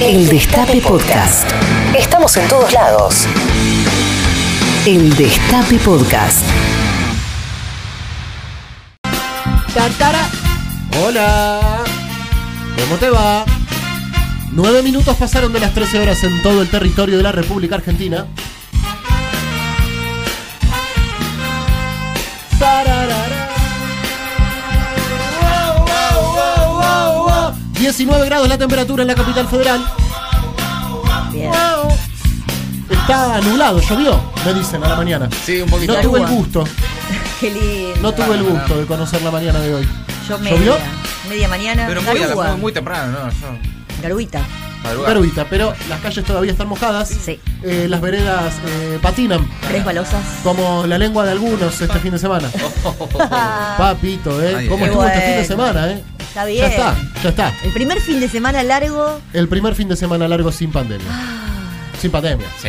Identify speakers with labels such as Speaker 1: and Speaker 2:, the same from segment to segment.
Speaker 1: El Destape Podcast. Estamos en todos lados. El Destape Podcast.
Speaker 2: Tartara.
Speaker 3: Hola, ¿cómo te va? Nueve minutos pasaron de las 13 horas en todo el territorio de la República Argentina. Sararara. Wow, wow, wow, wow, wow. 19 grados la temperatura en la capital federal.
Speaker 2: Bien.
Speaker 3: Wow. Está nublado, llovió, me dicen a la mañana.
Speaker 4: Sí, un poquito.
Speaker 3: No tuve el gusto,
Speaker 2: Qué lindo.
Speaker 3: no tuve el gusto de conocer la mañana de hoy.
Speaker 2: Yo
Speaker 3: ¿Llovió?
Speaker 2: media. Media mañana.
Speaker 4: Pero muy, a la-
Speaker 2: Garúa.
Speaker 4: muy, muy temprano, ¿no? Yo,
Speaker 2: Garuita.
Speaker 4: madrugada.
Speaker 3: Garuita, pero las calles todavía están mojadas.
Speaker 2: Sí.
Speaker 3: Eh, las veredas eh, patinan,
Speaker 2: Tres balosas.
Speaker 3: como la lengua de algunos este fin de semana. Papito, ¿eh?
Speaker 4: Ay,
Speaker 3: ¿Cómo
Speaker 4: qué
Speaker 3: estuvo este fin de
Speaker 2: bueno.
Speaker 3: semana, eh?
Speaker 2: Ah. Está bien.
Speaker 3: Ya está, ya está.
Speaker 2: El primer fin de semana largo.
Speaker 3: El primer fin de semana largo sin pandemia.
Speaker 2: Ah.
Speaker 3: Sin pandemia.
Speaker 2: Sí.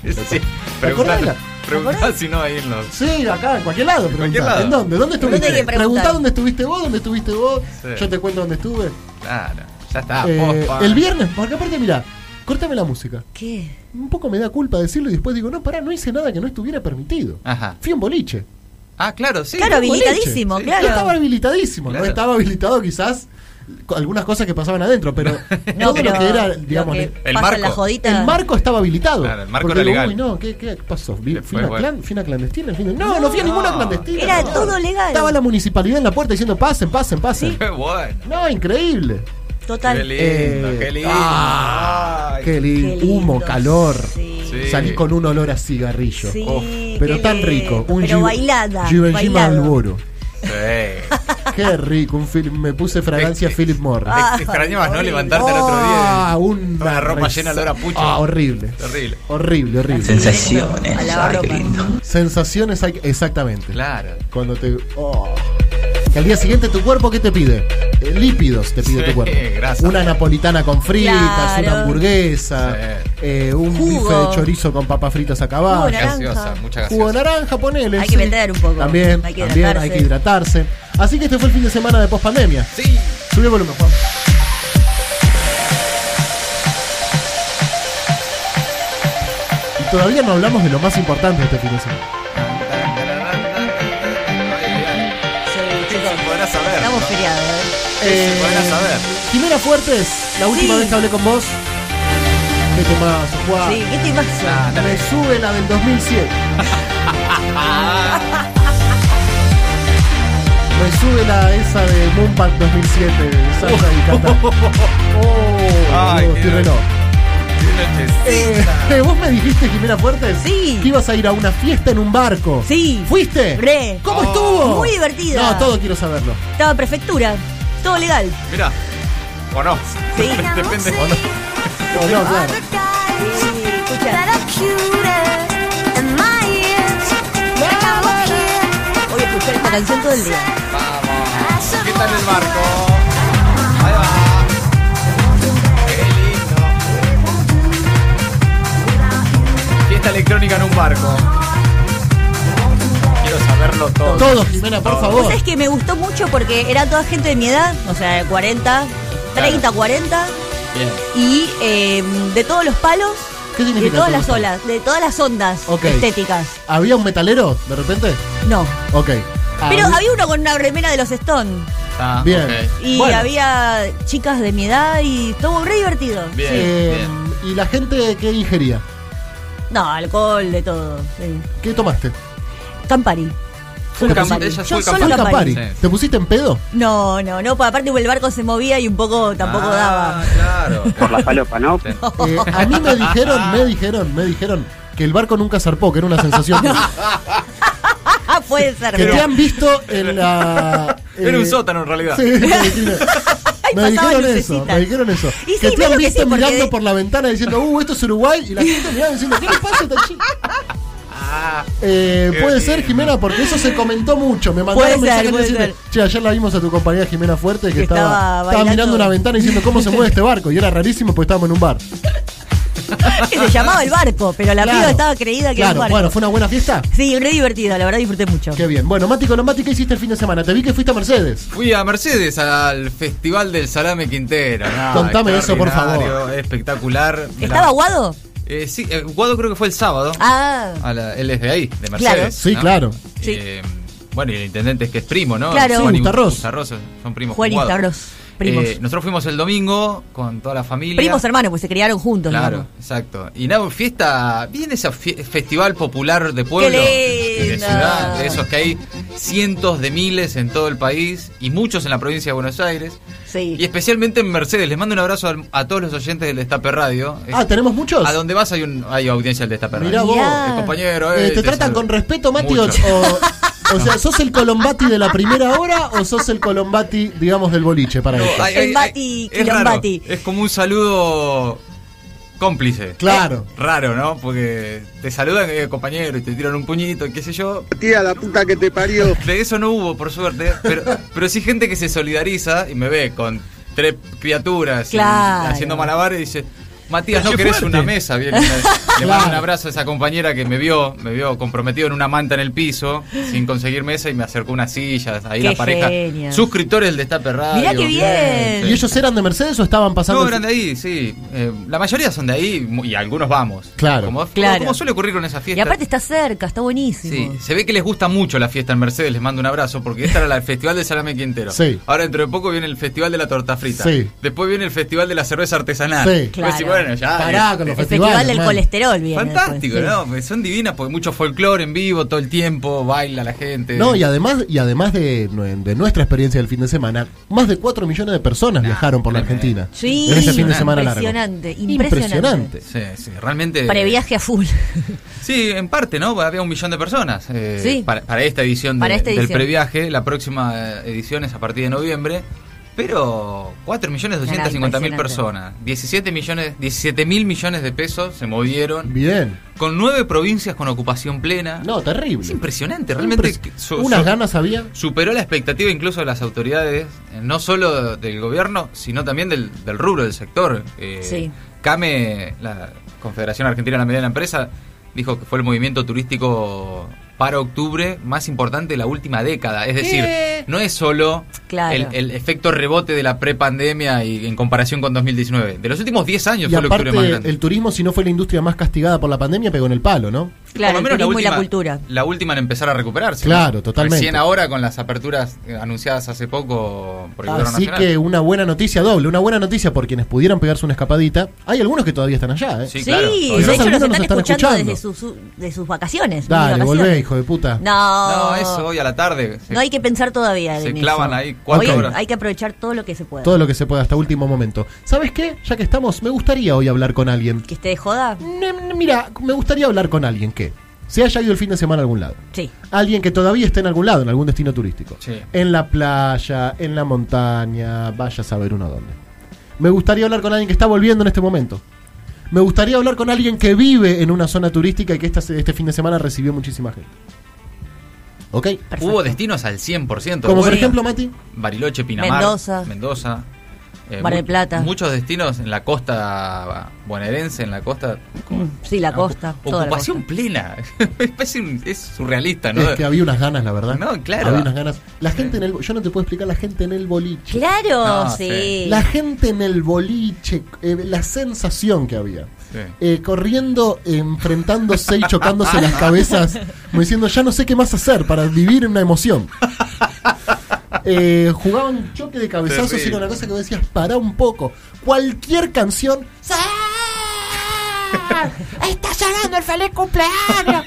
Speaker 4: sí.
Speaker 3: acordás de
Speaker 4: Preguntá,
Speaker 3: la-
Speaker 4: preguntá
Speaker 2: acordás?
Speaker 4: si no va a irnos.
Speaker 3: Sí, acá, en cualquier lado. preguntá.
Speaker 4: cualquier lado.
Speaker 3: ¿En dónde? ¿Dónde
Speaker 2: ¿Dónde
Speaker 3: estuviste?
Speaker 2: hay que preguntar?
Speaker 3: Preguntá dónde estuviste vos, dónde estuviste vos.
Speaker 4: Sí. Ah,
Speaker 3: Yo te cuento dónde estuve.
Speaker 4: Claro, ya está.
Speaker 3: Eh,
Speaker 4: popa.
Speaker 3: el viernes, porque aparte, mirá, córtame la música.
Speaker 2: ¿Qué?
Speaker 3: Un poco me da culpa decirlo y después digo, no, pará, no hice nada que no estuviera permitido.
Speaker 4: Ajá.
Speaker 3: Fui a un boliche.
Speaker 4: Ah, claro, sí.
Speaker 2: Claro,
Speaker 3: un boliche.
Speaker 2: habilitadísimo,
Speaker 4: Sí,
Speaker 3: No estaba
Speaker 2: claro.
Speaker 3: habilitadísimo, no
Speaker 4: Claro.
Speaker 3: estaba habilitado quizás con algunas cosas que pasaban adentro, pero
Speaker 2: No,
Speaker 3: todo lo
Speaker 2: pero
Speaker 3: que era,
Speaker 2: lo
Speaker 3: digamos,
Speaker 2: que
Speaker 3: el-
Speaker 4: el
Speaker 2: pasa en
Speaker 4: marco.
Speaker 2: la jodita.
Speaker 3: el marco estaba habilitado.
Speaker 4: Claro, el marco
Speaker 3: Porque
Speaker 4: era
Speaker 3: digo,
Speaker 4: legal.
Speaker 3: Uy, no, ¿qué, qué pasó? Vi-
Speaker 4: Después,
Speaker 3: ¿Fui a una
Speaker 4: bueno.
Speaker 3: clan- fui a una clandestina? Fui a una- No, no, fui a ninguna
Speaker 4: No.
Speaker 3: clandestina.
Speaker 2: Era
Speaker 3: no.
Speaker 2: todo legal.
Speaker 3: Estaba la municipalidad en la puerta diciendo, pasen, pasen, pasen.
Speaker 4: Qué bueno.
Speaker 3: No, increíble.
Speaker 2: Total.
Speaker 4: Qué lindo,
Speaker 3: Eh,
Speaker 4: qué lindo.
Speaker 3: ah,
Speaker 4: Ay,
Speaker 3: Qué lindo.
Speaker 2: Qué lindo,
Speaker 3: Humo, calor.
Speaker 2: Sí.
Speaker 4: Sí.
Speaker 3: Salí con un olor a cigarrillo.
Speaker 2: Sí,
Speaker 4: Uf.
Speaker 2: qué
Speaker 3: Pero tan
Speaker 2: lindo.
Speaker 3: rico. Un
Speaker 2: pero
Speaker 3: Giv-
Speaker 2: bailada.
Speaker 3: Givenchy
Speaker 2: bailado.
Speaker 3: Marlboro.
Speaker 4: Sí.
Speaker 3: Qué rico, un Philip- me puse fragancia
Speaker 4: Este-
Speaker 3: Philip Morris.
Speaker 2: Ah,
Speaker 4: Ex- Extrañabas no
Speaker 2: horrible.
Speaker 4: levantarte el otro día.
Speaker 3: Ah, una,
Speaker 4: Toda la ropa
Speaker 3: reza-
Speaker 4: llena de olor a pucho.
Speaker 3: Ah, horrible.
Speaker 4: Horrible.
Speaker 3: Horrible, horrible.
Speaker 2: A
Speaker 5: Sensaciones.
Speaker 2: lavar
Speaker 5: Ay, qué
Speaker 2: ropa.
Speaker 5: lindo.
Speaker 3: Sensaciones hay- exactamente.
Speaker 4: Claro.
Speaker 3: Cuando te oh. Que al día siguiente tu cuerpo qué te pide? Eh, lípidos te pide
Speaker 4: Sí,
Speaker 3: tu cuerpo.
Speaker 4: grasa.
Speaker 3: Una napolitana con fritas,
Speaker 2: Claro.
Speaker 3: una hamburguesa,
Speaker 4: Sí.
Speaker 3: eh, un
Speaker 2: Jugo.
Speaker 3: bife de chorizo con papas fritas a
Speaker 2: Jugo de
Speaker 3: caballo.
Speaker 2: naranja.
Speaker 4: Gaseosa, mucha
Speaker 3: Jugo de
Speaker 4: gaseosa.
Speaker 3: naranja, ponele.
Speaker 2: Hay que meter un poco.
Speaker 3: También,
Speaker 2: Hay que
Speaker 3: también hay que hidratarse. Así que este fue el fin de semana de post pandemia.
Speaker 4: Sí.
Speaker 3: Subí el volumen, Juan. Y todavía no hablamos de lo más importante de este fin de semana.
Speaker 2: Sí, chicos.
Speaker 4: Se podrá saber,
Speaker 2: Estamos
Speaker 4: ¿no?
Speaker 2: feriados. ¿eh?
Speaker 4: se podrá saber.
Speaker 3: Jimena Fuertes, la última
Speaker 2: Sí.
Speaker 3: vez que hablé con vos. Qué temas, Juan.
Speaker 2: Sí, ¿qué te
Speaker 4: Ah.
Speaker 2: pasa?
Speaker 3: Me sube la del 2007. Me sube la esa de Moonpack 2007, salsa y canta. Oh,
Speaker 4: Ay,
Speaker 3: boludo,
Speaker 4: qué
Speaker 3: estoy re
Speaker 4: bien.
Speaker 3: loco.
Speaker 4: Sí,
Speaker 3: Eh, vos me dijiste, Jimena Fuertes,
Speaker 2: Sí.
Speaker 3: que ibas a ir a una fiesta en un barco.
Speaker 2: Sí.
Speaker 3: ¿Fuiste?
Speaker 2: Re.
Speaker 3: ¿Cómo estuvo?
Speaker 2: Muy divertida.
Speaker 3: No, todo quiero saberlo.
Speaker 2: Estaba en prefectura. Todo legal.
Speaker 4: Mira. O no.
Speaker 2: Sí. Sí,
Speaker 4: Depende.
Speaker 2: Ah,
Speaker 3: No, no, claro.
Speaker 2: escucha. Voy a escuchar esta canción todo el día.
Speaker 4: Vamos. ¿Qué tal el barco? Ahí va. Qué lindo. Fiesta electrónica en un barco. Quiero saberlo todo.
Speaker 3: Todo, Jimena, por
Speaker 4: Todo.
Speaker 3: favor.
Speaker 2: Es que me gustó mucho porque era toda gente de mi edad, o sea, de 40, 30, 40,
Speaker 4: Bien.
Speaker 2: y eh, de todos los palos,
Speaker 3: ¿Qué significa
Speaker 2: de todas
Speaker 3: todos
Speaker 2: las
Speaker 3: los
Speaker 2: olas, de todas las ondas
Speaker 3: Ok.
Speaker 2: estéticas.
Speaker 3: ¿Había un metalero de repente?
Speaker 2: No.
Speaker 3: Ok.
Speaker 2: Pero
Speaker 3: Había-
Speaker 2: había uno con una remera de los Stone.
Speaker 4: Ah,
Speaker 3: Bien.
Speaker 4: ok.
Speaker 2: Y
Speaker 3: Bueno.
Speaker 2: había chicas de mi edad y todo re divertido.
Speaker 4: Bien,
Speaker 3: Eh,
Speaker 4: bien.
Speaker 3: ¿Y la gente qué ingería?
Speaker 2: No, alcohol, de todo. sí.
Speaker 3: ¿Qué tomaste?
Speaker 2: Campari.
Speaker 4: Full
Speaker 2: Solo
Speaker 4: Cam-
Speaker 2: Campari.
Speaker 4: ella
Speaker 2: Yo solo
Speaker 4: full Campari.
Speaker 3: Fue
Speaker 2: Campari.
Speaker 3: al Campari.
Speaker 4: Sí.
Speaker 3: ¿Te pusiste en pedo?
Speaker 2: No, no, no, porque aparte el barco se movía y un poco tampoco
Speaker 4: Ah,
Speaker 2: daba.
Speaker 4: Claro.
Speaker 6: por la palopa, ¿no?
Speaker 4: Sí.
Speaker 3: Eh, a mí me dijeron, me dijeron, me dijeron que el barco nunca zarpó, que era una sensación.
Speaker 2: Ah, puede ser.
Speaker 3: que
Speaker 2: ¿no?
Speaker 3: te han visto en la.
Speaker 4: Era un
Speaker 3: eh,
Speaker 4: sótano en realidad.
Speaker 3: Sí, me dijeron-
Speaker 2: Ay,
Speaker 3: me
Speaker 2: pasaba
Speaker 3: dijeron eso,
Speaker 2: lucecita.
Speaker 3: me dijeron eso.
Speaker 2: Y sí,
Speaker 3: que te
Speaker 2: medio
Speaker 3: han
Speaker 2: que
Speaker 3: visto
Speaker 2: sí, porque
Speaker 3: mirando
Speaker 2: de-
Speaker 3: por la ventana diciendo, uh, esto es Uruguay, y la gente miraba diciendo, ¿qué le pasa a esta chica?
Speaker 4: Ah,
Speaker 3: Eh,
Speaker 4: Qué
Speaker 3: puede
Speaker 4: lindo.
Speaker 3: ser, Jimena, porque eso se comentó mucho. Me
Speaker 2: Puede
Speaker 3: mandaron
Speaker 2: ser,
Speaker 3: mensajes
Speaker 2: puede
Speaker 3: diciendo,
Speaker 2: ser.
Speaker 3: che, ayer la vimos a tu compañera Jimena Fuerte que,
Speaker 2: Que
Speaker 3: estaba,
Speaker 2: estaba
Speaker 3: estaba
Speaker 2: bailando.
Speaker 3: mirando una ventana diciendo cómo se mueve este barco. Y era rarísimo porque estábamos en un bar.
Speaker 2: que se llamaba El Barco, pero la
Speaker 3: Claro.
Speaker 2: piba estaba creída que era
Speaker 3: Claro,
Speaker 2: el barco.
Speaker 3: bueno, ¿fue una buena fiesta?
Speaker 2: Sí, re divertida, la verdad disfruté mucho.
Speaker 3: Qué bien. Bueno, Mati Colombati, ¿qué hiciste el fin de semana? Te vi que fuiste a Mercedes.
Speaker 4: Fui a Mercedes al Festival del Salame Quintero. Nada,
Speaker 3: Contame eso, por favor.
Speaker 4: extraordinario, Espectacular.
Speaker 2: ¿Estaba
Speaker 4: La-
Speaker 2: Guado?
Speaker 4: Eh, sí, eh, Guado creo que fue el sábado.
Speaker 2: Ah,
Speaker 4: A la- él es de ahí, de Mercedes.
Speaker 2: Claro.
Speaker 3: Sí,
Speaker 4: ¿no?
Speaker 3: claro.
Speaker 2: Sí.
Speaker 4: Eh, bueno, y el intendente es que es primo, ¿no?
Speaker 2: Claro.
Speaker 4: Juan y
Speaker 3: Gutarros.
Speaker 4: Gutarros, son primos.
Speaker 2: Juan y
Speaker 4: Guado.
Speaker 2: Gutarros, primos.
Speaker 4: Eh, nosotros fuimos el domingo con toda la familia.
Speaker 2: primos hermanos, pues se criaron juntos.
Speaker 4: Claro,
Speaker 2: digamos.
Speaker 4: exacto. Y nada, fiesta, bien ese fie- festival popular de pueblo,
Speaker 2: ¡Qué
Speaker 4: de
Speaker 2: lindo!
Speaker 4: ciudad, de esos que hay cientos de miles en todo el país y muchos en la provincia de Buenos Aires.
Speaker 2: Sí.
Speaker 4: Y especialmente en Mercedes. Les mando un abrazo al- a, todos los oyentes del Destape Radio. Es-
Speaker 3: Ah, ¿tenemos muchos?
Speaker 4: a donde vas hay, un, hay audiencia del Destape Radio.
Speaker 3: Mirá vos.
Speaker 2: Mirá.
Speaker 4: El compañero,
Speaker 3: Eh,
Speaker 4: eh,
Speaker 3: ¿Te tratan
Speaker 4: saluda.
Speaker 3: con respeto, Mati? O,
Speaker 4: Mucho.
Speaker 3: o- o sea, ¿sos el Colombati de la primera hora o sos el Colombati, digamos, del boliche para
Speaker 4: No,
Speaker 3: esto?
Speaker 4: hay-
Speaker 2: El
Speaker 4: hay-
Speaker 2: Bati,
Speaker 4: es,
Speaker 2: Quilombati.
Speaker 4: raro. Es como un saludo cómplice.
Speaker 3: Claro.
Speaker 4: Raro, ¿no? Porque te saludan, eh, compañero, y te tiran un puñito, qué sé yo.
Speaker 5: Tía, la puta que te parió.
Speaker 4: De eso no hubo, por suerte. Pero, pero sí gente que se solidariza y me ve con tres criaturas y
Speaker 2: Claro.
Speaker 4: haciendo malabares y dice. Matías,
Speaker 3: Pero
Speaker 4: no
Speaker 3: qué
Speaker 4: querés
Speaker 3: fuerte.
Speaker 4: una mesa, bien. Le le mando
Speaker 3: Claro.
Speaker 4: un abrazo a esa compañera que me vio, me vio comprometido en una manta en el piso, sin conseguir mesa, y me acercó unas sillas. Ahí
Speaker 2: Qué
Speaker 4: la pareja.
Speaker 2: genio.
Speaker 4: Suscriptores del Destape Radio.
Speaker 2: Mirá qué bien.
Speaker 4: Sí.
Speaker 3: ¿Y ellos eran de Mercedes o estaban pasando?
Speaker 4: No,
Speaker 3: el-
Speaker 4: eran de ahí, sí. Eh, la mayoría son de ahí mu- y algunos vamos.
Speaker 3: Claro.
Speaker 4: Como,
Speaker 2: Claro.
Speaker 4: como suele ocurrir con esa
Speaker 2: Y
Speaker 4: fiesta.
Speaker 2: aparte está cerca, está
Speaker 4: Sí,
Speaker 2: buenísimo.
Speaker 4: se ve que les gusta mucho la fiesta en Mercedes, les mando un abrazo, porque esta era la- el Festival del Salame Quintero.
Speaker 3: Sí.
Speaker 4: Ahora dentro de poco viene el Festival de la Torta Frita.
Speaker 3: Sí.
Speaker 4: Después viene el Festival de la Cerveza Artesanal.
Speaker 3: Sí.
Speaker 4: Vos decís,
Speaker 2: Claro.
Speaker 4: bueno, ya,
Speaker 3: Pará con los
Speaker 4: eh,
Speaker 2: El
Speaker 3: festivales.
Speaker 2: festival del
Speaker 3: man.
Speaker 2: colesterol viene.
Speaker 4: Fantástico,
Speaker 2: después, sí.
Speaker 4: ¿no? Pues Son divinas porque mucho folclore en vivo todo el tiempo, baila la gente.
Speaker 3: No, y además, y además de, de nuestra experiencia del fin de semana, más de 4 millones de personas viajaron por la
Speaker 4: tremendo.
Speaker 3: Argentina.
Speaker 2: Sí,
Speaker 3: en ese fin de semana largo.
Speaker 2: impresionante, impresionante.
Speaker 4: Sí, sí, realmente.
Speaker 2: Previaje a full.
Speaker 4: Sí, en parte, ¿no? Había un millón de personas eh,
Speaker 2: Sí.
Speaker 4: para, para esta edición de-
Speaker 2: Para esta
Speaker 4: del
Speaker 2: edición.
Speaker 4: previaje. La próxima eh, edición es a partir de noviembre. Pero 4 millones mil
Speaker 2: impresionante.
Speaker 4: personas, 17 millones, 17 mil millones de pesos se movieron,
Speaker 3: Bien.
Speaker 4: con nueve provincias con ocupación plena.
Speaker 3: No, terrible.
Speaker 4: es impresionante, realmente
Speaker 3: Impres-
Speaker 4: que su-
Speaker 3: Unas
Speaker 4: su-
Speaker 3: ganas había.
Speaker 4: superó la expectativa incluso de las autoridades, eh, no solo del gobierno, sino también del, del rubro, del sector. Eh,
Speaker 2: Sí.
Speaker 4: CAME, la Confederación Argentina de la Mediana Empresa, dijo que fue el movimiento turístico para octubre más importante de la última década. Es decir, no es solo
Speaker 2: Claro.
Speaker 4: el, el efecto rebote de la prepandemia y en comparación con 2019. De los últimos 10 años
Speaker 3: Y
Speaker 4: fue el octubre
Speaker 3: aparte,
Speaker 4: más grande.
Speaker 3: el turismo, si no fue la industria más castigada por la pandemia, pegó en el palo, ¿no?
Speaker 2: Claro,
Speaker 4: Por
Speaker 2: el
Speaker 4: lo menos
Speaker 2: turismo y la cultura.
Speaker 4: La última en empezar a recuperarse.
Speaker 3: Claro, totalmente.
Speaker 4: Recién ahora con las aperturas eh, anunciadas hace poco por el gobierno
Speaker 3: Así
Speaker 4: nacional.
Speaker 3: que una buena noticia doble, una buena noticia por quienes pudieron pegarse una escapadita. Hay algunos que todavía están allá, ¿eh?
Speaker 4: Sí,
Speaker 2: Sí,
Speaker 4: claro.
Speaker 2: de
Speaker 4: Algunos
Speaker 2: hecho los
Speaker 3: nos
Speaker 2: están,
Speaker 3: están
Speaker 2: escuchando,
Speaker 3: escuchando.
Speaker 2: desde sus, su- de sus vacaciones.
Speaker 3: Dale,
Speaker 2: mis
Speaker 3: volvé,
Speaker 2: vacaciones.
Speaker 3: hijo de puta.
Speaker 2: No,
Speaker 4: No, eso hoy a la tarde. Se-
Speaker 2: No hay que pensar todavía.
Speaker 4: Se
Speaker 2: en
Speaker 4: clavan
Speaker 2: eso.
Speaker 4: ahí cuatro
Speaker 2: Hoy
Speaker 4: horas.
Speaker 2: Hay que aprovechar todo lo que se pueda.
Speaker 3: Todo lo que se pueda hasta último momento. ¿Sabes qué? Ya que estamos, me gustaría hoy hablar con alguien.
Speaker 2: Que esté de joda.
Speaker 3: Mm, mm, Mira, me gustaría hablar con alguien que se haya ido el fin de semana a algún lado.
Speaker 2: Sí.
Speaker 3: Alguien que todavía esté en algún lado, en algún destino turístico.
Speaker 4: Sí.
Speaker 3: En la playa, en la montaña, vaya a saber uno dónde. Me gustaría hablar con alguien que está volviendo en este momento. Me gustaría hablar con alguien que vive en una zona turística y que esta, este fin de semana recibió muchísima gente. ¿Ok?
Speaker 2: Perfecto.
Speaker 4: Hubo destinos al 100%.
Speaker 3: Como por
Speaker 4: Bueno,
Speaker 3: ejemplo, Mati.
Speaker 4: Bariloche, Pinamar.
Speaker 2: Mendoza.
Speaker 4: Mendoza. eh,
Speaker 2: Mar del
Speaker 4: mu-
Speaker 2: Plata.
Speaker 4: Muchos destinos en la costa bonaerense, en la costa.
Speaker 2: Mm, Sí, la costa.
Speaker 4: Ocu-
Speaker 2: toda la
Speaker 4: Ocupación
Speaker 2: costa.
Speaker 4: plena. es, parece un- es surrealista, ¿no?
Speaker 3: Es que había unas ganas, la verdad.
Speaker 4: No, claro.
Speaker 3: Había unas ganas. La gente en el. bo- Yo no te puedo explicar la gente en el boliche.
Speaker 2: Claro,
Speaker 4: No,
Speaker 2: sí.
Speaker 4: sí.
Speaker 3: La gente en el boliche, eh, la sensación que había.
Speaker 4: Sí.
Speaker 3: Eh, corriendo, enfrentándose y chocándose las cabezas, como diciendo, ya no sé qué más hacer para vivir una emoción. Eh, jugaban choque de cabezazos y era una cosa que vos decías, pará un poco. Cualquier canción... "¡Sar! ¡Está llegando el feliz cumpleaños!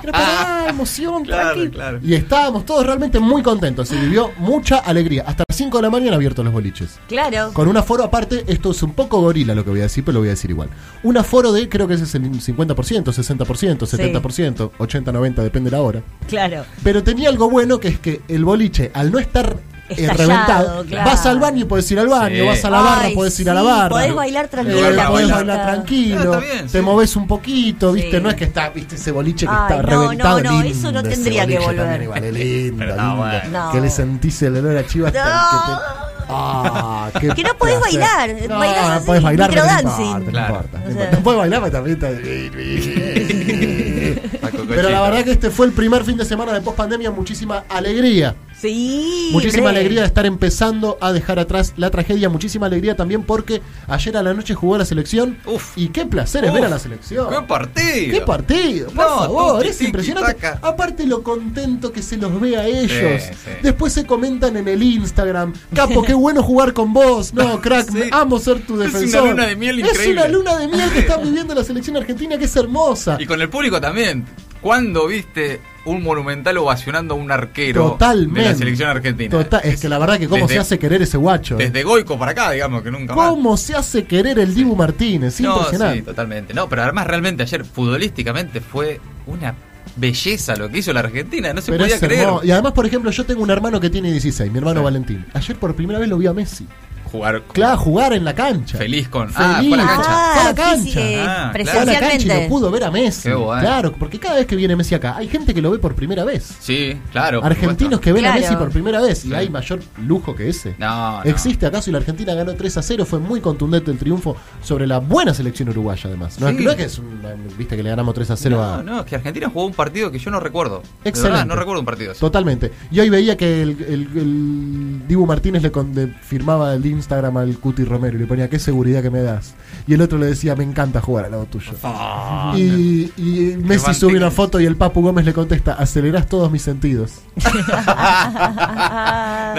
Speaker 3: Pero pará, emoción,
Speaker 4: Claro,
Speaker 3: tranqui.
Speaker 4: claro.
Speaker 3: Y estábamos todos realmente muy contentos. Se vivió mucha alegría. Hasta las 5 de la mañana abiertos los boliches.
Speaker 2: Claro.
Speaker 3: Con un aforo aparte, esto es un poco gorila lo que voy a decir, pero lo voy a decir igual. Un aforo de, creo que ese es el 50%, 60%, 70%, 80, 90, depende de la hora.
Speaker 2: Claro.
Speaker 3: Pero tenía algo bueno que es que el boliche, al no estar eh,
Speaker 2: Estallado,
Speaker 3: reventado,
Speaker 2: claro.
Speaker 3: vas al baño y puedes ir al baño,
Speaker 4: Sí.
Speaker 3: vas a la barra,
Speaker 2: Ay,
Speaker 3: puedes ir a la
Speaker 2: sí,
Speaker 3: barra.
Speaker 2: podés bailar tranquilo
Speaker 4: en la
Speaker 3: podés
Speaker 4: pileta.
Speaker 3: bailar tranquilo,
Speaker 4: Ah, está bien,
Speaker 3: te
Speaker 4: sí.
Speaker 3: moves un poquito, viste,
Speaker 2: Sí.
Speaker 3: no es que está, viste, ese boliche que
Speaker 2: Ay,
Speaker 3: está
Speaker 2: no,
Speaker 3: reventado.
Speaker 2: no, no,
Speaker 3: lindo,
Speaker 2: eso no
Speaker 3: ese
Speaker 2: tendría que
Speaker 3: boliche
Speaker 2: volver.
Speaker 3: también, igual, es lindo,
Speaker 4: Pero no,
Speaker 3: lindo,
Speaker 4: bueno.
Speaker 2: No.
Speaker 3: Que le sentís el olor a chiva hasta que te- Ah, qué
Speaker 2: Que no podés
Speaker 3: placer.
Speaker 2: bailar,
Speaker 3: No,
Speaker 2: bailas
Speaker 3: no
Speaker 2: así,
Speaker 3: podés bailar, pero no
Speaker 2: microdancing.
Speaker 3: importa, no
Speaker 4: Claro.
Speaker 3: importa, no
Speaker 2: O sea-
Speaker 3: importa. No podés bailar, pero también está-
Speaker 4: Paco
Speaker 3: Pero la
Speaker 4: Cochito.
Speaker 3: verdad que este fue el primer fin de semana de post pandemia, muchísima alegría.
Speaker 2: Sí.
Speaker 3: Muchísima
Speaker 2: re.
Speaker 3: alegría de estar empezando a dejar atrás la tragedia. Muchísima alegría también porque ayer a la noche jugó la selección.
Speaker 4: Uf.
Speaker 3: Y qué placer es
Speaker 4: Uf.
Speaker 3: ver a la selección.
Speaker 4: ¡Qué partido!
Speaker 3: ¡Qué partido! Por
Speaker 4: No,
Speaker 3: favor,
Speaker 4: tuqui,
Speaker 3: es
Speaker 4: tiqui,
Speaker 3: impresionante.
Speaker 4: taca.
Speaker 3: Aparte lo contento que se los ve a ellos.
Speaker 4: sí.
Speaker 3: Después se comentan en el Instagram. Capo, qué bueno jugar con vos. No, crack,
Speaker 4: Sí.
Speaker 3: amo ser tu
Speaker 4: Es una
Speaker 3: defensor.
Speaker 4: luna de miel
Speaker 3: Es una
Speaker 4: increíble.
Speaker 3: luna de miel que está viviendo la selección argentina, que es hermosa.
Speaker 4: Y con el público también. ¿Cuándo viste un monumental ovacionando a un arquero
Speaker 3: Totalmente.
Speaker 4: de la selección argentina?
Speaker 3: Total- es que la verdad que cómo
Speaker 4: desde-
Speaker 3: se hace querer ese guacho. eh.
Speaker 4: Desde Goico para acá, digamos, que nunca más.
Speaker 3: ¿Cómo se hace querer el Dibu Martínez?
Speaker 4: No,
Speaker 3: Impresionante.
Speaker 4: sí, totalmente. No, pero además realmente ayer futbolísticamente fue una belleza lo que hizo la Argentina, no se
Speaker 3: Pero
Speaker 4: podía
Speaker 3: es
Speaker 4: creer.
Speaker 3: hermoso. Y además, por ejemplo, yo tengo un hermano que tiene 16, mi hermano
Speaker 4: Sí.
Speaker 3: Valentín. Ayer por primera vez lo vi a Messi.
Speaker 4: Jugar
Speaker 3: Claro, jugar en la cancha.
Speaker 4: feliz con Ah, fue a la
Speaker 3: Feliz.
Speaker 4: cancha.
Speaker 2: Ah,
Speaker 3: Fue a la
Speaker 2: físi-
Speaker 3: cancha.
Speaker 2: eh,
Speaker 4: Ah, claro.
Speaker 3: Fue a la cancha y
Speaker 2: presencialmente.
Speaker 3: lo pudo ver a Messi.
Speaker 4: Qué bueno.
Speaker 3: Claro, porque cada vez que viene Messi acá, hay gente que lo ve por primera vez.
Speaker 4: Sí, claro. por
Speaker 3: Argentinos
Speaker 4: supuesto.
Speaker 3: que ven a
Speaker 2: Claro.
Speaker 3: Messi por primera vez. Y
Speaker 4: Sí.
Speaker 3: hay mayor lujo que ese.
Speaker 4: No, no.
Speaker 3: Existe acaso y la Argentina ganó 3 a 0, fue muy contundente el triunfo sobre la buena selección uruguaya además. No, es,
Speaker 4: Sí.
Speaker 3: no es que es un- viste que le ganamos 3 a 0 a,
Speaker 4: No, no, es que Argentina jugó un partido que yo no recuerdo. De
Speaker 3: Excelente.
Speaker 4: verdad, no recuerdo un partido. así.
Speaker 3: Totalmente. Y hoy veía que el, el- el Dibu Martínez le, con- le firmaba el Instagram al Cuti Romero y le ponía, qué seguridad que me das. Y el otro le decía, me encanta jugar al lado tuyo.
Speaker 4: Ah,
Speaker 3: Y, y Messi
Speaker 4: manteca.
Speaker 3: sube una foto y el Papu Gómez le contesta, acelerás todos mis sentidos.
Speaker 4: No,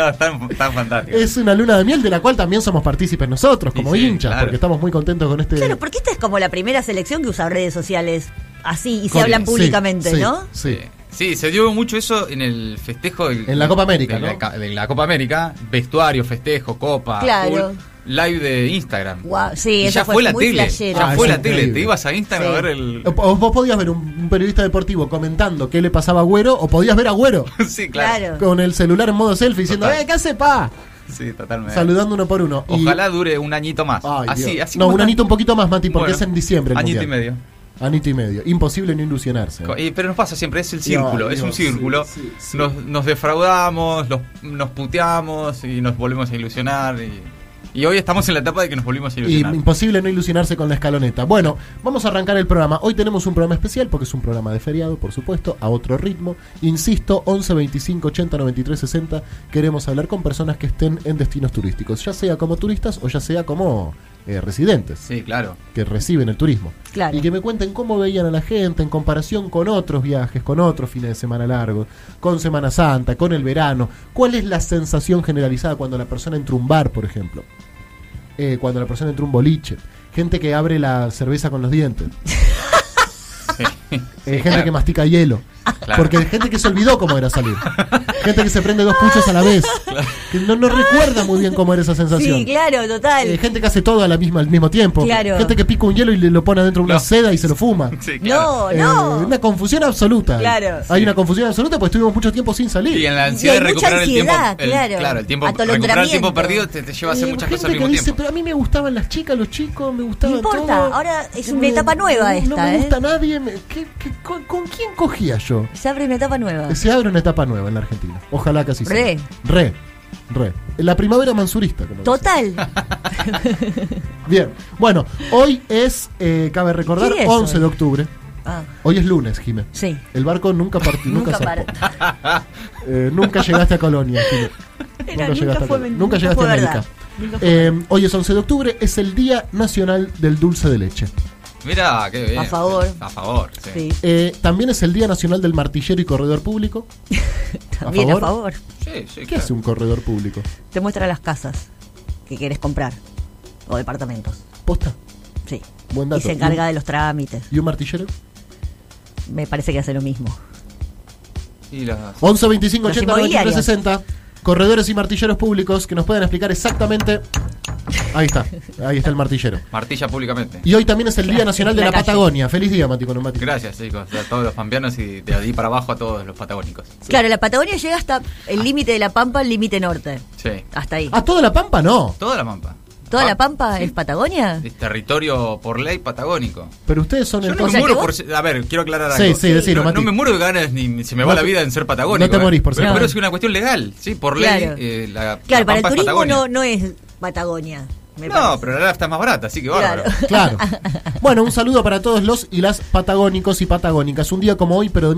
Speaker 4: están, están fantásticos.
Speaker 3: Es una luna de miel de la cual también somos partícipes nosotros,
Speaker 4: Y
Speaker 3: como
Speaker 4: sí,
Speaker 3: hinchas,
Speaker 4: claro.
Speaker 3: porque estamos muy contentos con este...
Speaker 2: Claro, porque esta es como la primera selección que usa redes sociales así y se
Speaker 3: con-
Speaker 2: hablan
Speaker 3: sí,
Speaker 2: públicamente,
Speaker 3: sí,
Speaker 2: ¿no?
Speaker 3: Sí.
Speaker 4: Eh, Sí, se dio mucho eso en el festejo. del-
Speaker 3: En la Copa América,
Speaker 4: de la
Speaker 3: ¿no?
Speaker 4: ca- de la Copa América, vestuario, festejo, copa.
Speaker 2: Claro.
Speaker 4: full, live de Instagram.
Speaker 2: Guau, sí,
Speaker 4: Y
Speaker 2: eso
Speaker 4: ya fue,
Speaker 2: fue
Speaker 4: la
Speaker 2: muy
Speaker 4: tele.
Speaker 2: flashero.
Speaker 4: Ya
Speaker 3: Ah,
Speaker 4: fue
Speaker 3: es
Speaker 4: la tele.
Speaker 3: increíble.
Speaker 4: Te ibas a
Speaker 2: Sí.
Speaker 4: Instagram a ver el.
Speaker 3: O- o vos podías ver un, un periodista deportivo comentando qué le pasaba a Güero, o podías ver a Güero
Speaker 4: sí, claro.
Speaker 2: Claro.
Speaker 3: con el celular en modo selfie diciendo,
Speaker 4: Total.
Speaker 3: ¡eh, qué hace pa!
Speaker 4: Sí, totalmente.
Speaker 3: Saludando uno por uno. Y-
Speaker 4: Ojalá dure un añito más.
Speaker 3: Ay,
Speaker 4: así,
Speaker 3: Dios.
Speaker 4: así
Speaker 3: no,
Speaker 4: como
Speaker 3: un
Speaker 4: está.
Speaker 3: anito un poquito más, Mati, porque
Speaker 4: Bueno,
Speaker 3: es en diciembre. el
Speaker 4: Añito y
Speaker 3: mundial.
Speaker 4: medio.
Speaker 3: Anito y medio. Imposible no ilusionarse.
Speaker 4: Co- y- pero nos pasa siempre, es el círculo,
Speaker 3: Dios,
Speaker 4: es un
Speaker 3: sí,
Speaker 4: círculo.
Speaker 3: sí, sí.
Speaker 4: Nos, nos defraudamos, los- nos puteamos y nos volvemos a ilusionar. Y, y hoy estamos en la etapa de que nos volvimos a
Speaker 3: Y
Speaker 4: ilusionar.
Speaker 3: imposible no ilusionarse con la escaloneta. Bueno, vamos a arrancar el programa. Hoy tenemos un programa especial porque es un programa de feriado, por supuesto, a otro ritmo. Insisto, 11 25 80 93 60. Queremos hablar con personas que estén en destinos turísticos, ya sea como turistas o ya sea como eh, residentes.
Speaker 4: sí, claro.
Speaker 3: que reciben el turismo.
Speaker 2: Claro.
Speaker 3: Y que me cuenten cómo veían a la gente en comparación con otros viajes, con otros fines de semana largos, con Semana Santa, con el verano. ¿Cuál es la sensación generalizada cuando la persona entra a un bar, por ejemplo? Eh, cuando la persona entra a un boliche. Gente que abre la cerveza con los dientes.
Speaker 4: Sí.
Speaker 3: Eh, gente que mastica hielo.
Speaker 4: Claro.
Speaker 3: Porque hay gente que se olvidó cómo era salir. gente que se prende dos puchos a la vez. Que no, no recuerda muy bien cómo era esa sensación.
Speaker 2: Sí, claro,
Speaker 3: Eh,
Speaker 2: total.
Speaker 3: gente que hace todo a la misma, al mismo tiempo.
Speaker 2: Claro.
Speaker 3: Gente que pica un hielo y le lo pone adentro de una
Speaker 4: No.
Speaker 3: seda y se lo fuma.
Speaker 4: Sí, claro.
Speaker 2: No,
Speaker 3: Eh,
Speaker 2: Oh, no.
Speaker 3: Una confusión absoluta.
Speaker 2: Claro.
Speaker 3: Hay
Speaker 4: Sí.
Speaker 3: una confusión absoluta porque estuvimos mucho tiempo sin salir.
Speaker 4: Y en la
Speaker 2: Y
Speaker 4: ansiedad de
Speaker 2: hay mucha
Speaker 4: recuperar el tiempo.
Speaker 2: ansiedad,
Speaker 4: el-
Speaker 2: claro.
Speaker 4: el tiempo.
Speaker 2: Atolondramiento.
Speaker 4: Recuperar el tiempo perdido te, te lleva a hacer
Speaker 3: Eh,
Speaker 4: muchas
Speaker 3: gente
Speaker 4: cosas al mismo
Speaker 3: que dice,
Speaker 4: tiempo.
Speaker 3: pero a mí me gustaban las chicas, los chicos, me gustaban
Speaker 2: No importa,
Speaker 3: todo.
Speaker 2: ahora es
Speaker 3: Eh,
Speaker 2: una etapa nueva
Speaker 3: no, No
Speaker 2: esta,
Speaker 3: me
Speaker 2: ¿eh?
Speaker 3: gusta nadie. me- ¿qué- qué- con, con quién cogía yo?
Speaker 2: Se abre una etapa nueva.
Speaker 3: Se abre una etapa nueva en la Argentina. Ojalá que así
Speaker 2: Re.
Speaker 3: sea. Re. Re. La primavera mansurista. como dicen.
Speaker 2: Total.
Speaker 3: Bien. Bueno, hoy es, eh, cabe recordar,
Speaker 2: ¿Qué día es
Speaker 3: 11
Speaker 2: hoy?
Speaker 3: de octubre.
Speaker 2: Ah,
Speaker 3: Hoy es lunes, Jimé.
Speaker 2: sí.
Speaker 3: El barco nunca partió, nunca,
Speaker 2: Nunca Ah,
Speaker 3: zarpó. Eh, nunca llegaste a Colonia, Jimé.
Speaker 2: Era,
Speaker 3: nunca llegaste, a,
Speaker 2: fue
Speaker 3: Colonia.
Speaker 2: men-
Speaker 3: Nunca
Speaker 2: nunca
Speaker 3: llegaste
Speaker 2: fue
Speaker 3: a
Speaker 2: verdad.
Speaker 3: América. Eh, hoy es 11 de octubre, es el Día Nacional del Dulce de Leche.
Speaker 4: Mira, qué bien.
Speaker 2: A favor.
Speaker 4: A favor. sí.
Speaker 2: Sí.
Speaker 3: Eh, también es el Día Nacional del Martillero y Corredor Público.
Speaker 2: También
Speaker 3: favor?
Speaker 2: a favor.
Speaker 4: Sí, sí,
Speaker 3: ¿Qué
Speaker 4: claro.
Speaker 3: hace un corredor público?
Speaker 2: Te muestra las casas que quieres comprar o departamentos.
Speaker 3: Posta.
Speaker 2: Sí.
Speaker 3: Buen dato.
Speaker 2: Y se encarga de los trámites.
Speaker 3: ¿Y un martillero?
Speaker 2: Me parece que hace lo mismo.
Speaker 4: Y las-
Speaker 3: 11, 25,
Speaker 2: Los
Speaker 3: 80, 93,
Speaker 2: inmobiliarios.
Speaker 3: 60. Corredores y martilleros públicos que nos puedan explicar exactamente. Ahí está, ahí está el martillero.
Speaker 4: Martilla públicamente.
Speaker 3: Y hoy también es el Día Nacional de
Speaker 2: La
Speaker 3: la
Speaker 2: calle.
Speaker 3: Patagonia. Feliz día, Mati, con un Mati.
Speaker 4: Gracias, chicos, a todos los pampeanos y de ahí para abajo a todos los patagónicos.
Speaker 2: Claro, la Patagonia llega hasta el límite de la Pampa, el límite norte.
Speaker 4: Sí.
Speaker 2: Hasta ahí.
Speaker 3: Ah, ¿A toda la Pampa no?
Speaker 4: Toda la pampa.
Speaker 3: ah,
Speaker 2: ¿Toda
Speaker 4: Pa-
Speaker 2: la Pampa
Speaker 4: sí.
Speaker 2: es Patagonia?
Speaker 4: Es territorio por ley patagónico.
Speaker 3: Pero ustedes son
Speaker 4: Yo no me
Speaker 3: entonces.
Speaker 4: muero por ser- A ver, quiero aclarar algo.
Speaker 3: Sí, sí, decilo,
Speaker 4: no,
Speaker 3: Mati.
Speaker 4: no me muero de ganas ni se me
Speaker 3: No
Speaker 4: va
Speaker 3: te-
Speaker 4: la vida en ser patagónico.
Speaker 3: no te
Speaker 4: eh.
Speaker 3: morís por ser
Speaker 4: Pero, pero
Speaker 2: patagónico.
Speaker 4: es una cuestión legal, ¿sí? Por
Speaker 2: Claro.
Speaker 4: ley, eh, la,
Speaker 2: Claro,
Speaker 4: la
Speaker 2: para el
Speaker 4: Pampa es
Speaker 2: turismo
Speaker 4: Patagonia.
Speaker 2: no, no es Patagonia. me
Speaker 4: No,
Speaker 2: parece.
Speaker 4: pero la LAF está más barata, así que
Speaker 2: Claro.
Speaker 4: bárbaro.
Speaker 3: Claro. Bueno, un saludo para todos los y las patagónicos y patagónicas. Un día como hoy, pero de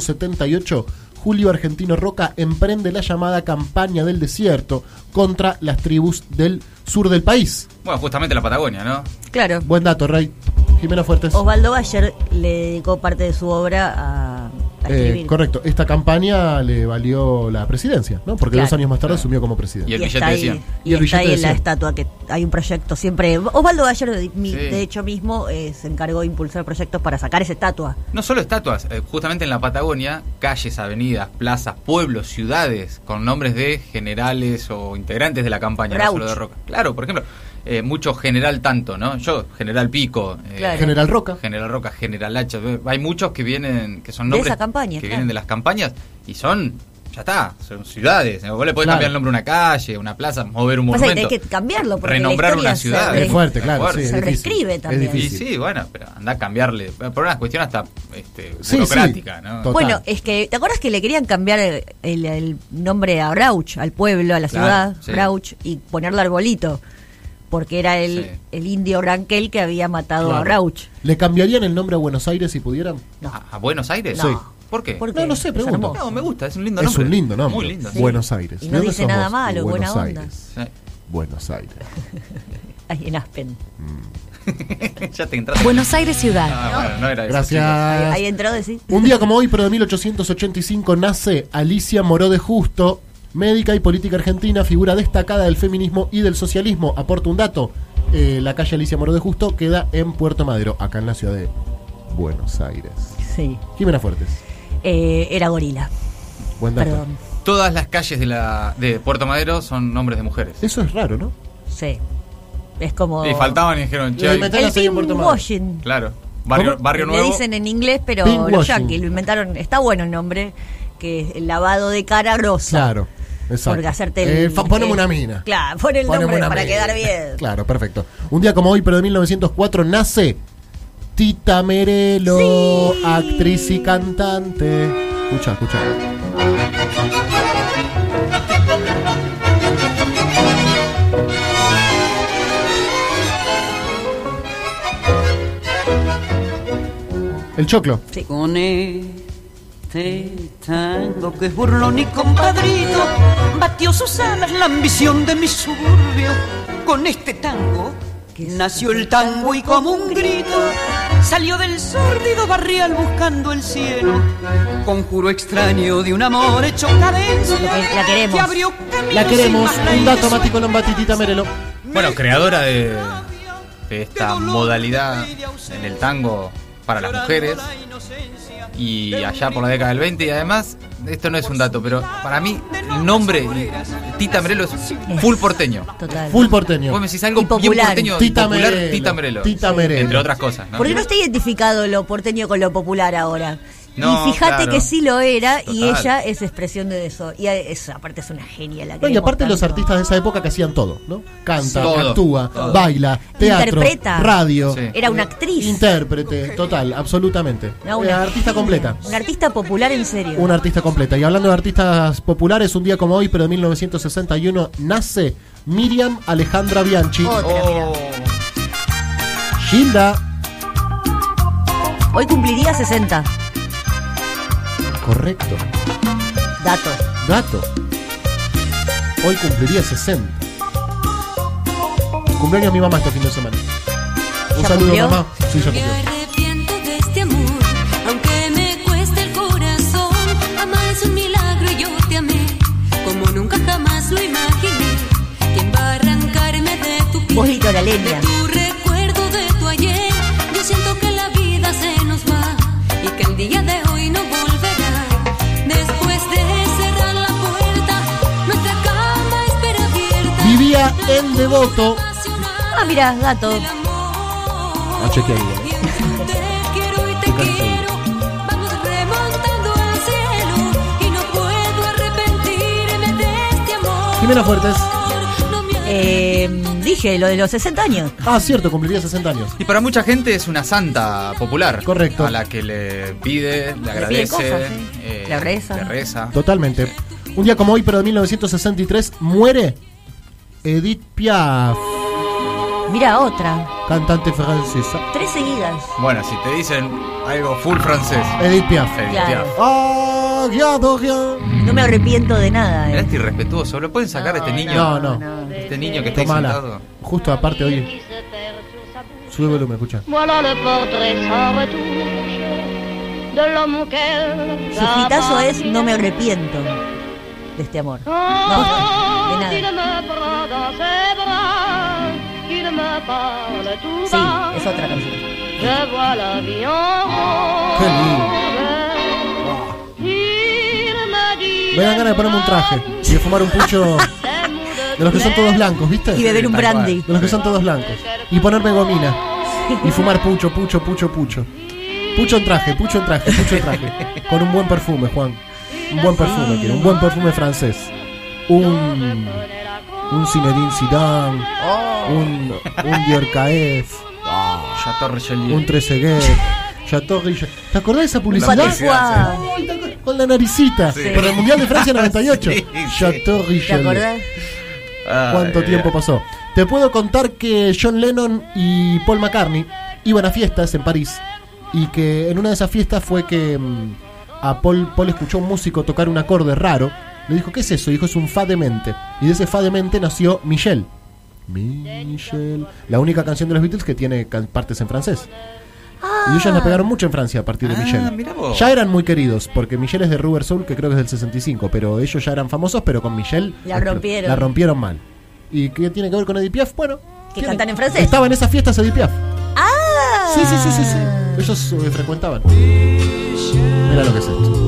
Speaker 3: 1878, Julio Argentino Roca emprende la llamada campaña del desierto contra las tribus del sur del país.
Speaker 4: Bueno, justamente la Patagonia, ¿no?
Speaker 2: Claro.
Speaker 3: Buen dato, Rey. Jimena Fuertes.
Speaker 2: Osvaldo Bayer le dedicó parte de su obra a, a
Speaker 3: Eh,
Speaker 2: escribir.
Speaker 3: correcto, esta campaña le valió la presidencia, ¿no? Porque
Speaker 2: Claro.
Speaker 3: dos años más tarde asumió como presidente.
Speaker 4: Y el billete
Speaker 2: está ahí,
Speaker 4: decía.
Speaker 2: y
Speaker 3: Y el billete
Speaker 2: está ahí en la
Speaker 3: decía.
Speaker 2: estatua que hay un proyecto siempre. Osvaldo Bayer, de, mi-
Speaker 4: Sí.
Speaker 2: de hecho mismo, eh, se encargó de impulsar proyectos para sacar esa estatua.
Speaker 4: No solo estatuas, eh, justamente en la Patagonia, calles, avenidas, plazas, pueblos, ciudades, con nombres de generales o integrantes de la campaña, no solo
Speaker 2: Rauch.
Speaker 4: de Roca. Claro, por ejemplo, eh, mucho general tanto, ¿no? Yo, general Pico, eh,
Speaker 2: Claro.
Speaker 3: General Roca.
Speaker 4: general Roca, general Hacha, eh, hay muchos que vienen, que son
Speaker 2: De
Speaker 4: nombres
Speaker 2: esa campaña,
Speaker 4: que
Speaker 2: claro.
Speaker 4: vienen de las campañas y son, ya está, son ciudades. Vos le podés
Speaker 3: Claro.
Speaker 4: cambiar el nombre a una calle, una plaza, mover un
Speaker 2: Pasa que
Speaker 4: monumento.
Speaker 2: tenés que cambiarlo porque la
Speaker 4: renombrar
Speaker 2: historia
Speaker 4: una
Speaker 2: se
Speaker 4: ciudad.
Speaker 2: re-
Speaker 3: Es fuerte, claro.
Speaker 4: fuerte.
Speaker 3: sí, es
Speaker 2: Se
Speaker 3: difícil.
Speaker 2: reescribe también.
Speaker 3: Es
Speaker 4: Y
Speaker 3: difícil.
Speaker 4: sí, bueno, pero anda a cambiarle. Por una cuestión hasta este,
Speaker 3: Sí,
Speaker 4: burocrática,
Speaker 3: sí.
Speaker 4: ¿no?
Speaker 3: Total.
Speaker 2: Bueno, es que, ¿te acuerdas que le querían cambiar el, el- el nombre a Brauch, al pueblo, a la
Speaker 4: Claro,
Speaker 2: ciudad,
Speaker 4: sí.
Speaker 2: Brauch, y ponerle arbolito? Porque era el,
Speaker 4: Sí.
Speaker 2: el indio Ranquel que había matado a
Speaker 3: Claro.
Speaker 2: Brauch.
Speaker 3: ¿Le cambiarían el nombre a Buenos Aires si pudieran?
Speaker 2: No.
Speaker 4: ¿A, a Buenos Aires?
Speaker 2: Sí.
Speaker 4: ¿Por qué?
Speaker 2: ¿Por qué?
Speaker 3: No, no sé,
Speaker 2: Es
Speaker 3: pregunto.
Speaker 2: hermoso.
Speaker 4: No, me gusta, es un lindo
Speaker 3: es
Speaker 4: nombre.
Speaker 3: un lindo nombre.
Speaker 4: Muy lindo.
Speaker 3: Buenos Aires.
Speaker 2: Y no
Speaker 3: ¿De dónde
Speaker 2: dice nada
Speaker 3: somos?
Speaker 2: malo,
Speaker 3: De
Speaker 2: buena
Speaker 3: Buenos
Speaker 2: onda.
Speaker 3: Aires.
Speaker 4: Sí.
Speaker 3: Buenos Aires.
Speaker 2: Ahí en Aspen.
Speaker 4: ya te entraste.
Speaker 1: Buenos Aires ciudad.
Speaker 4: Ah, bueno, no era eso,
Speaker 2: Ahí,
Speaker 3: Gracias.
Speaker 2: ahí entró, decís.
Speaker 3: Un día como hoy, pero de 1885, nace Alicia Moró de Justo, médica y política argentina, figura destacada del feminismo y del socialismo. Aporta un dato. eh, la calle Alicia Moró de Justo queda en Puerto Madero, acá en la ciudad de Buenos Aires.
Speaker 2: Sí.
Speaker 3: Jimena Fuertes.
Speaker 2: Eh, era gorila.
Speaker 3: Buen dato.
Speaker 2: Perdón.
Speaker 4: chicos. Todas las calles de, la, de Puerto Madero son nombres de mujeres.
Speaker 3: Eso es raro, ¿no?
Speaker 2: Sí. Es como.
Speaker 4: Y faltaban y dijeron, che,
Speaker 3: Le
Speaker 4: hay-
Speaker 3: metí- Están
Speaker 2: El
Speaker 3: así en Puerto Madero.
Speaker 2: pinkwashing.
Speaker 4: claro, barrio,
Speaker 3: ¿Cómo?
Speaker 4: barrio nuevo.
Speaker 2: Le dicen en inglés, pero
Speaker 3: Pinkwashing.
Speaker 2: los yankees lo inventaron. Está bueno el nombre, que es el lavado de cara rosa.
Speaker 3: Claro. Exacto.
Speaker 2: Porque hacerte el-
Speaker 3: Eh, fa- poneme
Speaker 2: el-
Speaker 3: una mina.
Speaker 2: Claro, pon el
Speaker 3: Poneme
Speaker 2: nombre
Speaker 3: una
Speaker 2: para
Speaker 3: mina.
Speaker 2: quedar bien.
Speaker 3: Claro, perfecto. Un día como hoy, pero de 1904, nace Tita Merelo, actriz y cantante. Escucha, escucha. El choclo.
Speaker 6: Con este tango que es burlón y compadrito, batió sus alas la ambición de mi suburbio. Con este tango nació el tango y como un grito salió del sórdido barrial buscando el cielo. Conjuro extraño de un amor hecho cadencia.
Speaker 2: La queremos.
Speaker 6: que abrió caminos
Speaker 3: La queremos.
Speaker 6: sin más
Speaker 3: Un dato,
Speaker 6: ley de
Speaker 3: Mati Colombati, Tita Merelo.
Speaker 4: Bueno, creadora de, de esta modalidad en el tango para las mujeres. y allá por la década del 20 y además esto no es un dato pero para mí el nombre Tita Merelo es full porteño
Speaker 2: Total.
Speaker 3: Full porteño.
Speaker 4: vos me decís algo
Speaker 2: Y popular.
Speaker 4: bien porteño
Speaker 3: Tita
Speaker 4: y popular
Speaker 3: Merelo.
Speaker 4: Tita Merelo
Speaker 3: Tita Merelo.
Speaker 4: entre otras cosas ¿no?
Speaker 2: Porque no está identificado lo porteño con lo popular ahora.
Speaker 4: No,
Speaker 2: y fíjate
Speaker 4: claro.
Speaker 2: que sí lo era y
Speaker 4: Total.
Speaker 2: ella es expresión de eso. Y a- es- aparte es una genia la
Speaker 3: No,
Speaker 2: que
Speaker 3: y aparte los artistas de esa época que hacían todo, ¿no? Canta,
Speaker 4: Todo,
Speaker 3: actúa,
Speaker 4: todo.
Speaker 3: baila, teatro,
Speaker 2: Interpreta.
Speaker 3: radio,
Speaker 4: Sí.
Speaker 2: Era una actriz.
Speaker 3: intérprete, total, absolutamente.
Speaker 2: No,
Speaker 3: Era
Speaker 2: una
Speaker 3: eh, artista
Speaker 2: genia.
Speaker 3: completa.
Speaker 2: Una artista popular en serio.
Speaker 3: Una artista completa. Y hablando de artistas populares, un día como hoy, pero de 1961, nace Miriam Alejandra Bianchi.
Speaker 2: Otra, mirá.
Speaker 4: Oh,
Speaker 3: Gilda.
Speaker 2: Hoy cumpliría 60.
Speaker 3: Correcto.
Speaker 2: Dato.
Speaker 3: Gato. Hoy cumpliría 60. Cumpleaños mi mamá este fin de semana. Un
Speaker 2: ¿Ya
Speaker 3: saludo,
Speaker 2: cumplió?
Speaker 3: mamá. Sí, ya
Speaker 7: Me
Speaker 3: cumplió.
Speaker 7: arrepiento de este amor, aunque me cueste el corazón. Amar es un milagro, yo te amé, como nunca jamás lo imaginé. ¿Quién va a arrancarme de tu
Speaker 2: Vos,
Speaker 7: piel?
Speaker 2: Víctor
Speaker 7: De
Speaker 2: Alenia.
Speaker 7: tu recuerdo, de tu ayer. Yo siento que la vida se nos va y que el día de hoy no volverá. Después de cerrar la puerta, nuestra cama espera abierta.
Speaker 3: Vivía en Devoto.
Speaker 2: Ah, mira, gato.
Speaker 3: Ah, chequea ahí,
Speaker 7: Te quiero y te quiero. Vamos remontando al cielo. Y no puedo arrepentirme de este amor.
Speaker 3: Jimena Fuertes.
Speaker 7: No me
Speaker 2: eh, dije lo de los 60 años.
Speaker 3: Ah, cierto, cumpliría 60 años.
Speaker 4: Y para mucha gente es una santa popular.
Speaker 3: Correcto.
Speaker 4: A la que le pide, le agradece, eh,
Speaker 2: cosas, sí. Le reza.
Speaker 4: le reza.
Speaker 3: Totalmente. Un día como hoy, pero de 1963, muere Edith Piaf,
Speaker 2: Mira otra.
Speaker 3: cantante francesa.
Speaker 2: Tres seguidas.
Speaker 4: Bueno, si te dicen algo full francés,
Speaker 3: Edith Piaf.
Speaker 4: Edith
Speaker 2: Claro.
Speaker 4: Piaf.
Speaker 3: Ah, guiado, guiado.
Speaker 2: No me arrepiento de nada.
Speaker 4: Mirá
Speaker 2: eh.
Speaker 4: este irrespetuoso, lo pueden sacar a este niño.
Speaker 3: no, no.
Speaker 4: Este niño que está ahí
Speaker 3: Tomala.
Speaker 4: sentado.
Speaker 3: Justo aparte, oye, sube el volumen, escucha.
Speaker 8: Voilà le portrait sans retouche de l'homme qu'elle
Speaker 2: Su hitazo es No me arrepiento de este amor.
Speaker 8: Quand
Speaker 2: de nada.
Speaker 8: il me prend dans ses bras, il me parle tout
Speaker 2: Sí,
Speaker 8: bas.
Speaker 2: es otra canción.
Speaker 8: Je vois la vie en rose.
Speaker 3: Qué lindo.
Speaker 8: Il me dit
Speaker 3: Me dan ganas de ponerme un traje y de fumar un pucho de
Speaker 8: des mots de
Speaker 3: los que son todos blancos, ¿viste?
Speaker 2: Y beber un
Speaker 4: Tal cual.
Speaker 2: brandy.
Speaker 3: De los que son todos blancos. Y ponerme gomina. Y fumar pucho, pucho, pucho, pucho. Pucho en traje, pucho en traje, pucho en traje. Con un buen perfume, Juan. Un buen perfume, quiero. Un buen perfume francés. Un. Un Zinedine Zidane.
Speaker 4: Oh,
Speaker 3: Un. Un Dior Caef.
Speaker 4: Chateau Richelieu.
Speaker 3: Un Trezeguet. Chateau Richard. ¿Te acordás de esa
Speaker 2: Un
Speaker 3: publicidad?
Speaker 2: Patiscuá.
Speaker 3: Ay, ¿te acordás? Con la naricita.
Speaker 4: Sí.
Speaker 3: Para el Mundial de Francia 98.
Speaker 4: Sí, sí.
Speaker 3: Chateau
Speaker 2: ¿Te
Speaker 3: Richelieu.
Speaker 2: acordás?
Speaker 4: Ay,
Speaker 3: ¿Cuánto
Speaker 4: eh,
Speaker 3: tiempo pasó? Te puedo contar que John Lennon y Paul McCartney iban a fiestas en París y que en una de esas fiestas fue que mm, a Paul, Paul escuchó a un músico tocar un acorde raro. Le dijo, ¿qué es eso? Y dijo, es un fa de mente. Y de ese fa de mente nació Michelle. Michelle. La única canción de los Beatles que tiene can- partes en francés. Y ellos la pegaron mucho en Francia a partir de
Speaker 4: Ah,
Speaker 3: Michelle.
Speaker 4: mirá vos.
Speaker 3: Ya eran muy queridos, porque Michelle es de Rubber Soul, que creo que es del 65, pero ellos ya eran famosos, pero con Michelle
Speaker 2: La rompieron.
Speaker 3: la rompieron mal. ¿Y qué tiene que ver con Edith Piaf? Bueno,
Speaker 2: Que
Speaker 3: tiene-
Speaker 2: cantan en francés.
Speaker 3: Estaba en esas fiestas Edith Piaf.
Speaker 2: Ah.
Speaker 3: Sí, sí, sí, sí, sí. Ellos eh, frecuentaban. Mira lo que es esto.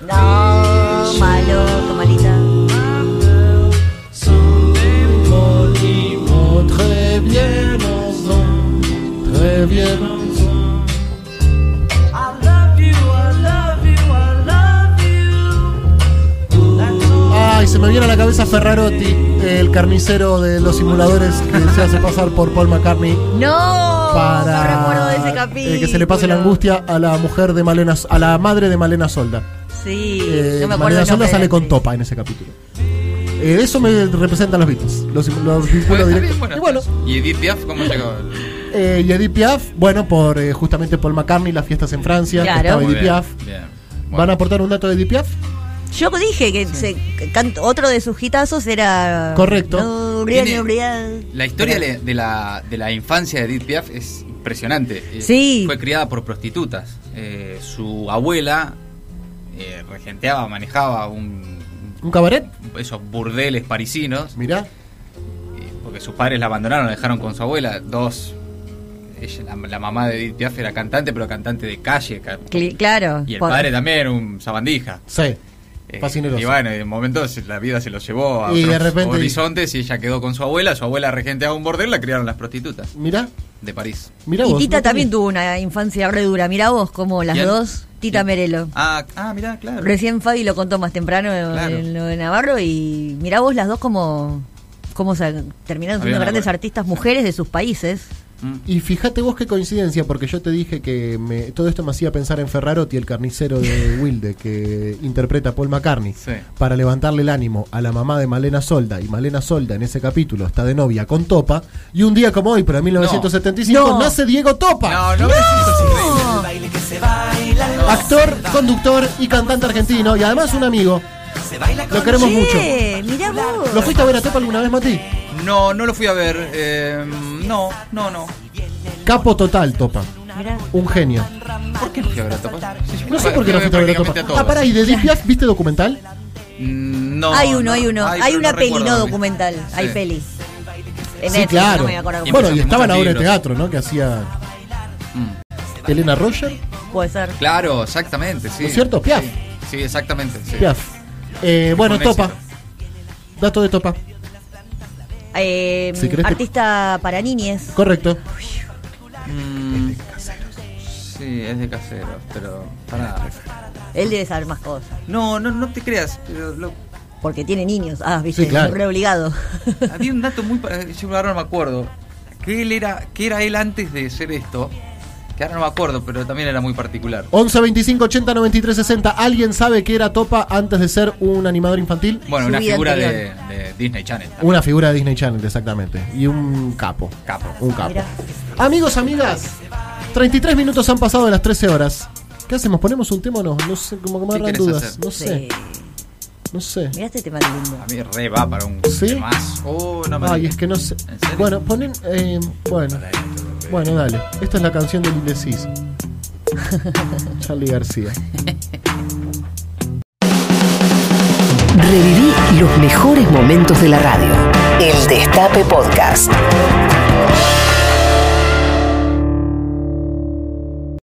Speaker 2: No, malo, malita.
Speaker 3: Ay, se me viene a la cabeza Ferrarotti, el carnicero de los simuladores que se hace pasar por Paul McCartney
Speaker 2: No, no Oh, recuerdo de
Speaker 3: para
Speaker 2: ese capítulo.
Speaker 3: eh, que se le pase la angustia a la mujer de Malena, a la madre de Malena Solda.
Speaker 2: Sí,
Speaker 3: Eh,
Speaker 2: no me acuerdo.
Speaker 3: Mariana
Speaker 2: el nombre
Speaker 3: Sonda
Speaker 2: de
Speaker 3: sale
Speaker 2: la
Speaker 3: con
Speaker 2: actriz.
Speaker 3: topa en ese capítulo. Eh, eso me representan los Beatles. Los, los
Speaker 4: Bueno,
Speaker 3: vinculo
Speaker 4: está
Speaker 3: directo.
Speaker 4: bien,
Speaker 3: Y bueno,
Speaker 4: ¿Y Edith Piaf cómo llegó?
Speaker 3: eh, y Edith Piaf, bueno, por eh, justamente Paul McCartney, las fiestas en Francia,
Speaker 2: Claro.
Speaker 3: estaba
Speaker 4: Muy
Speaker 3: Edith
Speaker 4: bien,
Speaker 3: Piaf.
Speaker 4: bien.
Speaker 3: ¿Van a
Speaker 4: Bueno,
Speaker 3: aportar un dato de Edith Piaf?
Speaker 2: Yo dije que se- que can- otro de sus hitazos era.
Speaker 3: Correcto.
Speaker 2: No, Brian,
Speaker 4: Tiene-
Speaker 2: no, Brian.
Speaker 4: La historia le- de la, de la infancia de Edith Piaf es impresionante. Eh,
Speaker 2: Sí.
Speaker 4: Fue criada por prostitutas. Eh, su abuela eh, regenteaba, manejaba un,
Speaker 3: ¿Un cabaret?
Speaker 4: esos burdeles parisinos.
Speaker 3: Mirá.
Speaker 4: eh, Porque sus padres la abandonaron, la dejaron con su abuela. Dos. ella- la, la mamá de Edith Piaf era cantante, pero cantante de calle. ca-
Speaker 2: Cl- Claro.
Speaker 4: Y el
Speaker 2: por-
Speaker 4: padre también, un sabandija.
Speaker 3: Sí.
Speaker 4: Eh,
Speaker 3: Fascineroso.
Speaker 4: y bueno, en momentos la vida se lo llevó a
Speaker 3: Y de
Speaker 4: otros
Speaker 3: repente-
Speaker 4: horizontes y ella quedó con su abuela. Su abuela regenteaba un bordel, la criaron las prostitutas
Speaker 3: Mirá.
Speaker 4: de París.
Speaker 3: Mirá
Speaker 2: y
Speaker 3: vos,
Speaker 2: Tita
Speaker 3: ¿no?
Speaker 2: también tuvo una infancia re dura. Mirá vos, como las
Speaker 4: ¿Quién?
Speaker 2: dos, Tita
Speaker 4: ¿Quién?
Speaker 2: Merelo.
Speaker 4: Ah, ah mirá, claro.
Speaker 2: Recién Fabi lo contó más temprano en
Speaker 4: Claro.
Speaker 2: en lo de Navarro y mirá vos las dos como, como se- terminaron
Speaker 4: Había
Speaker 2: siendo
Speaker 4: una
Speaker 2: grandes
Speaker 4: buena.
Speaker 2: artistas mujeres de sus países.
Speaker 4: Mm.
Speaker 3: Y fíjate vos qué coincidencia, porque yo te dije que me- todo esto me hacía pensar en Ferrarotti, el carnicero de Wilde, que interpreta a Paul McCartney,
Speaker 4: Sí.
Speaker 3: para levantarle el ánimo a la mamá de Malena Solda. Y Malena Solda en ese capítulo está de novia con Topa. Y un día como hoy, pero en 1975,
Speaker 2: No.
Speaker 3: nace Diego Topa,
Speaker 4: No, no, me
Speaker 3: actor, conductor y cantante argentino, y además un amigo. Lo queremos mucho.
Speaker 2: Che, mirá vos.
Speaker 3: ¿Lo fuiste a ver a Topa alguna vez, Mati?
Speaker 4: no, no lo fui a ver. eh, no, no, no.
Speaker 3: Capo total, Topa.
Speaker 2: Mirá.
Speaker 3: Un genio.
Speaker 4: ¿Por qué no fui a ver a Topa?
Speaker 3: No sé por qué no fuiste a ver a Topa. Ah, pará, ¿y de Edith Piaf viste documental?
Speaker 4: Mm, No.
Speaker 2: hay uno,
Speaker 4: no.
Speaker 2: hay uno.
Speaker 4: Ay,
Speaker 2: hay
Speaker 4: pero
Speaker 2: una
Speaker 4: no
Speaker 2: peli,
Speaker 4: recuerdo
Speaker 2: no
Speaker 4: dónde.
Speaker 2: documental.
Speaker 4: Sí.
Speaker 2: Hay peli. En
Speaker 3: Sí,
Speaker 2: Netflix,
Speaker 3: claro.
Speaker 2: No me acuerdo cómo.
Speaker 3: bueno, y
Speaker 4: Muchos
Speaker 3: estaba la obra de
Speaker 4: libros.
Speaker 3: teatro, ¿no? Que hacía
Speaker 4: Mm.
Speaker 3: Elena Roger,
Speaker 2: Puede ser.
Speaker 4: Claro, exactamente, sí.
Speaker 3: ¿No es cierto? Piaf.
Speaker 4: Sí, sí, exactamente. sí.
Speaker 3: Piaf. Eh, bueno,
Speaker 4: Con
Speaker 3: Topa. Dato de Topa.
Speaker 2: Eh,
Speaker 3: Si querés te-
Speaker 2: artista para niñes.
Speaker 3: Correcto.
Speaker 4: Mm, Sí, es de caseros, pero pará.
Speaker 2: Él debe saber más cosas.
Speaker 4: No, no, no te creas, pero lo-
Speaker 2: Porque tiene niños. Ah, viste,
Speaker 3: Sí, claro.
Speaker 2: re obligado.
Speaker 4: había un dato muy pa- eh, yo ahora no me acuerdo. Que él era, que era él antes de ser esto, que ahora no me acuerdo, pero también era muy particular.
Speaker 3: 11 25 80 93 60. ¿Alguien sabe que era Topa antes de ser un animador infantil?
Speaker 4: Bueno,
Speaker 2: Su
Speaker 4: una
Speaker 2: vida
Speaker 4: figura de,
Speaker 2: anterior.
Speaker 4: de Disney Channel.
Speaker 3: Una figura de Disney Channel, exactamente. Y un capo.
Speaker 4: Capo.
Speaker 3: Un capo.
Speaker 2: Mirá.
Speaker 3: Amigos, amigas, 33 minutos han pasado de las 13 horas. ¿Qué hacemos? ¿Ponemos un tema o no? No sé, como que me
Speaker 4: ¿Qué
Speaker 3: agarran
Speaker 4: querés
Speaker 3: dudas.
Speaker 4: hacer?
Speaker 3: No sé,
Speaker 2: Sí.
Speaker 3: no sé.
Speaker 2: Mirá este tema lindo.
Speaker 4: A mí re va para un
Speaker 3: ¿Sí?
Speaker 4: más. Oh, no me
Speaker 3: Ay,
Speaker 4: digas.
Speaker 3: es que no sé.
Speaker 4: ¿En serio?
Speaker 3: Bueno, ponen. eh, bueno. Bueno, dale. Esta es la canción del indeciso. Charlie García.
Speaker 1: Reviví los mejores momentos de la radio. El Destape Podcast.